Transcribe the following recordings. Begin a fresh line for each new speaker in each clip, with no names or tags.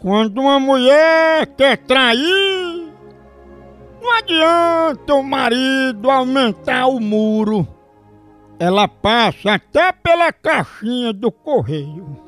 Quando uma mulher quer trair, não adianta o marido aumentar o muro. Ela passa até pela caixinha do correio.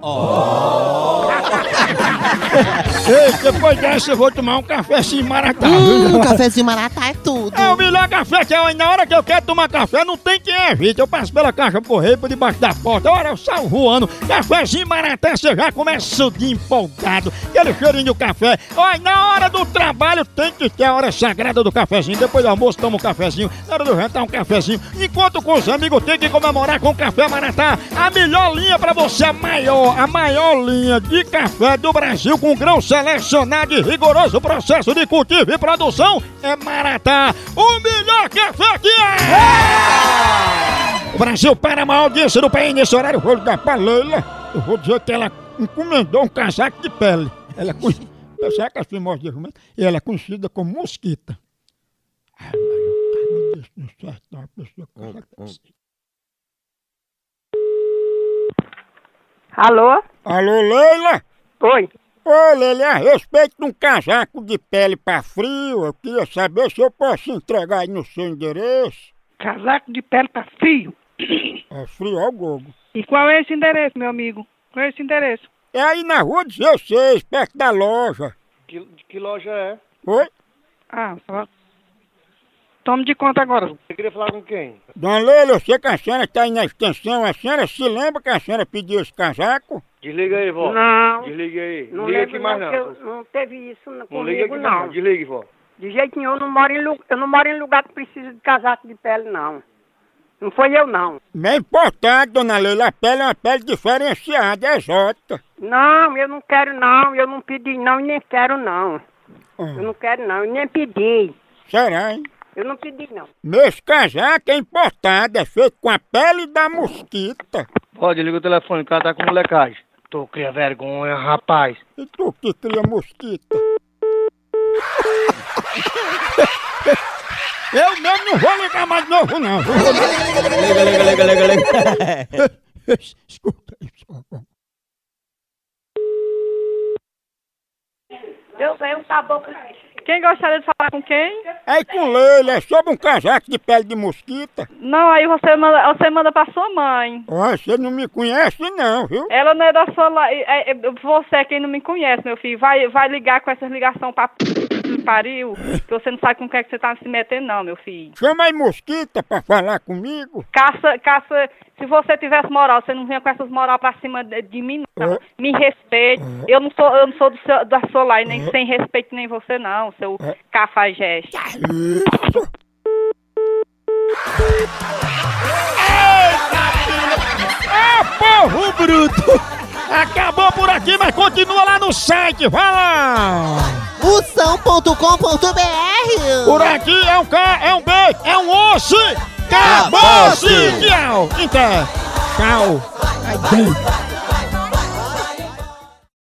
Ei, depois dessa eu vou tomar um café sem maratá.
Hum, cafezinho maratá é tudo.
É o melhor café que é. Na hora que eu quero tomar café, não tem quem evite. Eu passo pela caixa do correio, por debaixo da porta. é Hora eu saio voando. Cafézinho maratá, você já começa de empolgado. Aquele cheirinho do café. Olha, na hora do trabalho tem que ter a hora sagrada do cafezinho. Depois do almoço toma um cafezinho. Na hora do jantar um cafezinho. Enquanto com os amigos tem que comemorar com o café maratá. A melhor linha pra você, a maior, a maior linha de café do Brasil com grão selecionado e rigoroso processo de cultivo e produção é Maratá. O melhor café que é! O Brasil para a maior audiência do país nesse horário. Eu vou ligar pra Leila. Eu vou dizer que ela encomendou um casaco de pele. Ela é conhecida, sabe que as primórdias assim, de jumento? E ela é conhecida como mosquita. Ah, mas eu quero não certo, é uma pessoa com essa cabeça.
Alô?
Alô, Leila?
Oi.
Ô, Lele, a respeito de um casaco de pele pra frio, eu queria saber se eu posso entregar aí no seu endereço.
Casaco de pele tá frio.
É frio ao gogo.
E qual é esse endereço, meu amigo? Qual é esse endereço?
É aí na rua 16, perto da loja.
Que, de que loja é?
Oi?
Ah, só. Tome de conta agora.
Você queria falar com quem?
Dona Leila, eu sei que a senhora tá aí na extensão. A senhora se lembra que a senhora pediu esse casaco?
Desliga aí, vó.
Não.
Desliga aí.
Não
liga
lembro
aqui mais
não,
não.
que eu- não teve isso n-
Não liga
comigo,
aqui mais
não.
não. Desliga, vó.
De jeito nenhum, eu não moro em, lu- eu não moro em lugar que precisa de casaco de pele, não. Não foi eu, não.
Bem importado, dona Leila, a pele é uma pele diferenciada, é exótica.
Não, eu não quero, não. Eu não pedi, não, e nem quero, não. Eu
Ah,
não quero, não. Eu nem pedi.
será, hein?
Eu não pedi, não.
Esse casaco é importado, é feito com a pele da mosquita.
Ó, desliga o telefone, o cara tá com molecagem. Tu cria vergonha, rapaz.
E tu que cria mosquita? Eu mesmo não vou ligar mais de novo, não.
Liga, liga, liga, liga, liga.
Escuta isso.
Eu venho tá bom.
Quem gostaria de falar com quem?
Aí com Leila, é sobre um casaco de pele de mosquita.
Não, aí você manda, você manda pra sua mãe.
Ó, você não me conhece não, viu?
Ela não é da sua. la- é- é- você é quem não me conhece, meu filho. Vai, vai ligar com essas ligações pra p que pariu. Que você não sabe com o que é que você tá se metendo, não, meu filho.
Chama aí mosquita pra falar comigo.
Caça, caça. Se você tivesse moral, você não vinha com essas moral pra cima de, de mim, não. tá?
Hã?
Me respeite. Eu não sou, eu não sou do seu, da sua lá, e nem sem respeito nem você, não, seu
Hã?
cafajeste.
Isso. Eita, porro bruto! Acabou por aqui, mas continua lá no site, vai lá!
Ução.com.br
Por aqui é um K, é um B, é um osso! Acabou-se! Tchau! Então, tchau! Ai, bem.